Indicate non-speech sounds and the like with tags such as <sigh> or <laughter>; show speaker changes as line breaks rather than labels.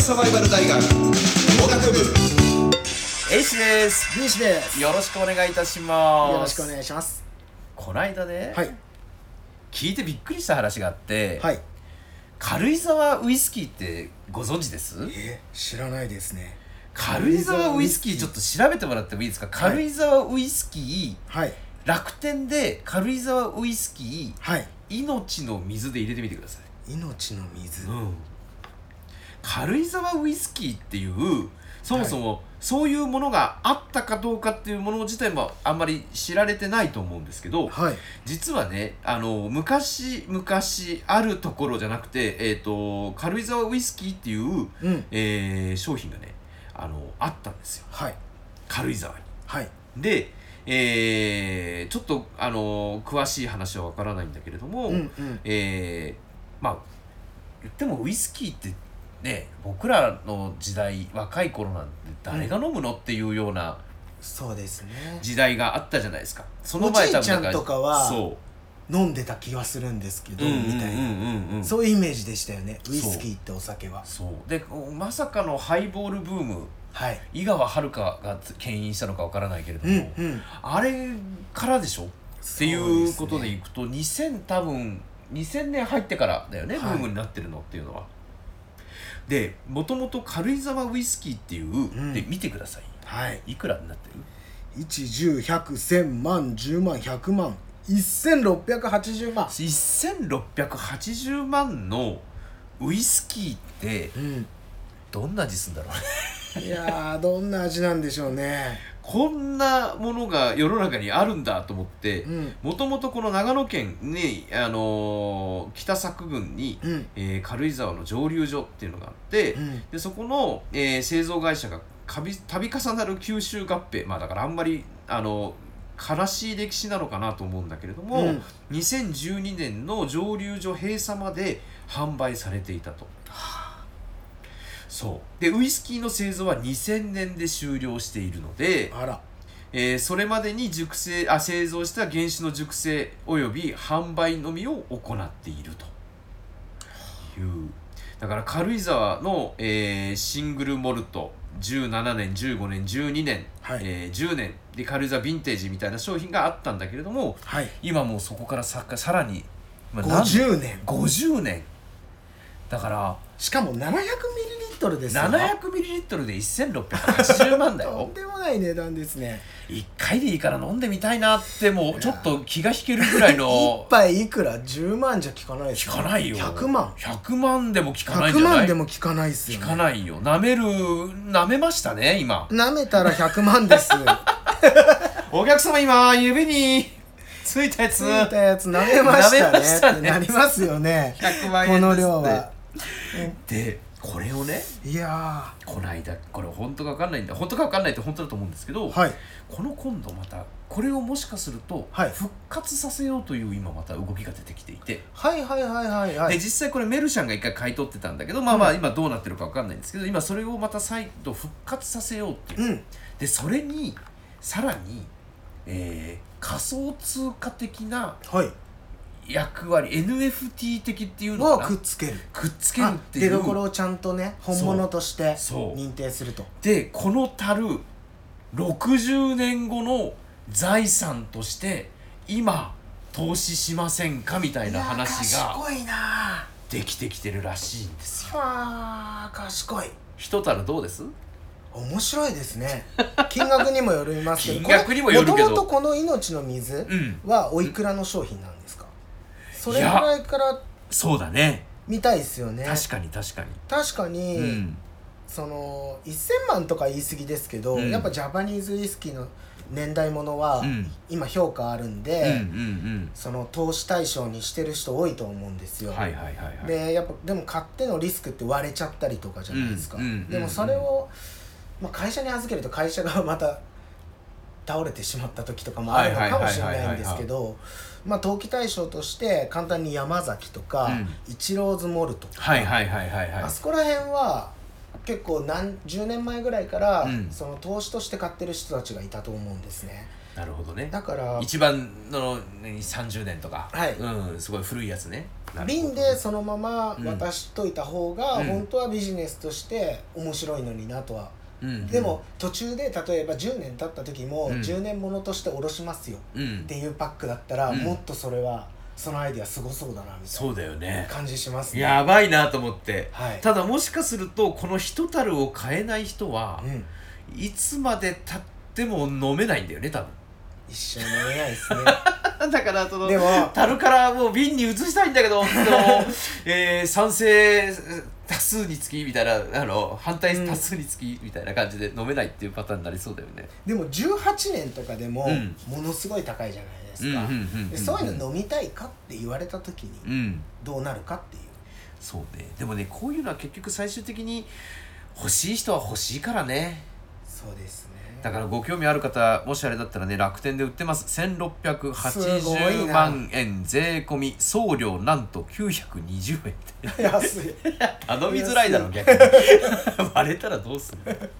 サバイバル大学農学部
エイシです
ゆうしですよ
よろしくお願いいたします
ろしくお願いします
こないだね、
はい
聞いてびっくりした話があって、
はい
軽井沢ウイスキーってご存知です
え知らないですね
軽井沢ウイスキーちょっと調べてもらってもいいですか、軽井沢ウイスキー
はい
楽天で軽井沢ウイスキー
はい
命の水で入れてみてください、
命の水
ん、軽井沢ウイスキーっていうそもそもそういうものがあったかどうかっていうもの自体もあんまり知られてないと思うんですけど、
はい
実はねあの昔々あるところじゃなくて、えー、と軽井沢ウイスキーっていう、
うん
えー商品がねあのあったんですよ
はい
軽井沢に。
はい
で、えーちょっとあの詳しい話はわからないんだけれども、
うんうん
えーまあ言ってもウイスキーってね僕らの時代若い頃なんて誰が飲むのっていうような
そうですね
時代があったじゃないですか。そ
おじいちゃんとかは
そう
飲んでた気はするんですけど
うんうん
みたいな
うんうんうん
そういうイメージでしたよね
う
ウイスキーってお酒は
そうでこうまさかのハイボールブーム
はい
井川遥が牽引したのかわからないけれど
うん
も、
うん
あれからでしょって
そう
い
で
う
す
こ
ね
とでいくと、2000多分2000年入ってからだよね、
は
ブ
い
ームになってるのっていうのは。でもともと軽井沢ウイスキーっていう、
ん
で見てください
はい
いくらになってる
一十百千万十万百万一千六百八十万
1680万のウイスキーって
うん
どんな味するんだろうね
いやーどんな味なんでしょうね
こんなものが世の中にあるんだと思って
うん
もともとこの長野県に、あのー北作郡に、
うん
えー軽井沢の蒸留所っていうのがあって、
うん
でそこの、えー製造会社がかび度重なる吸収合併まあだからあんまり、あの悲しい歴史なのかなと思うんだけれども、
うん
2012年の蒸留所閉鎖まで販売されていたと。そうでウイスキーの製造は2000年で終了しているので、
あら
えーそれまでに熟成あ製造した原酒の熟成および販売のみを行っているというだから軽井沢の、えーシングルモルト17年15年12年、
はい
えー10年で軽井沢ヴィンテージみたいな商品があったんだけれども
はい
今もうそこからささらに、まあ何年
50年
50年だから
しかも 700ml ですよ
700ml で1680万だ
と
よ
んでもない値段ですね
一回でいいから飲んでみたいなってもうちょっと気が引けるぐらい <laughs>
一
の
杯いくら10万じゃ効かないです
聞
よ
かないよ
100万
100万でも聞かないんじ
100
ゃな
万
い
でも効かないっす
聞
よ、
か
ね、
ないよ舐める舐めましたね今
なめたら100
<laughs>
万です
お客様今指に <laughs> ついたやつ
ついたやつなめました
舐め
ね
ましたね
ってなりますよね
100万円ですって
この量は
でこれをね
いや
こないだこれ本当か分かんないんだ本当か分かんないって本当だと思うんですけど、
ーはい
この今度またこれをもしかすると
はい
復活させようという今また動きが出てきていて、
はいはいはいはいは
で
い
実際これメルシャンが一回買い取ってたんだけどまあまあ今どうなってるかわかんないんですけど今それをまた再度復活させようっていう、
うん
でそれにさらに、えー仮想通貨的な
はい
役割 NFT 的っていうの
を
かな
くっつける
くっつける
あ
ってい
出
う
どころをちゃんとね本物として
そう
認定すると
でこの樽60年後の財産として今投資しませんかみたいな話が
いやー賢いな
できてきてるらしいんですよ。
あー賢い
ひとたるどうです
面白いです
<laughs>
ね金額にもよりますけど
金額にもよるけど
もともとこの「命の水
うん」
はおいくらの商品なんですかそれぐらいから
そうだね
見たいですよね
確かに確かに、
確かに、
うん、
その1000万とか言い過ぎですけど、
うん
やっぱジャパニーズウイスキーの年代ものは
うん
今評価あるん
うんうん
で、
うん
その投資対象にしてる人多いと思うんですよ、
はいはいはいはい
でやっぱでも買ってのリスクって割れちゃったりとかじゃないですか、
うんうん
でもそれを、まあ、会社に預けると会社がまた倒れてしまった時とかもあるのかもしれないんですけどまあ投機対象として簡単に山崎とか、
うん
イチローズモルトとか、
はいはいはいはいはい
あそこら辺は結構何十年前ぐらいから、
うん
その投資として買ってる人たちがいたと思うんですね。
なるほどね
だから
一番の何30年とか、
はい
うん、すごい古いやつねなるほど
瓶でそのまま
うん
渡しといた方が
うん
本当はビジネスとして面白いのになとは、
うん
でも途中で例えば10年経った時も
うん
10年ものとしておろしますよ
うん
っていうパックだったら
うん
もっとそれはそのアイディアすごそうだなみたい
そうだよ
な
ね
感じしますね
やばいなと思って
はい
ただもしかするとこの人たるを変えない人は <laughs>
うん
いつまでたっても飲めないんだよね多
一生飲めないですね <laughs>
分だからその
でも
樽からもう瓶に移したいんだけど、でもえー賛成多数につきみたいなあの反対多数につきみたいな感じで飲めないっていうパターンになりそうだよね。
でも18年とかでも
うん
ものすごい高いじゃないですか、でそういうの飲みたいかって言われた時に
うん
どうなるかっていう
そうねでもねこういうのは結局最終的に欲しい人は欲しいからね
そうですね
だからご興味ある方もしあれだったらね楽天で売ってます
すごい
1680
な
万円税込み送料なんと920円って
<laughs> 安い
頼みづらいだろ逆にバレたらどうする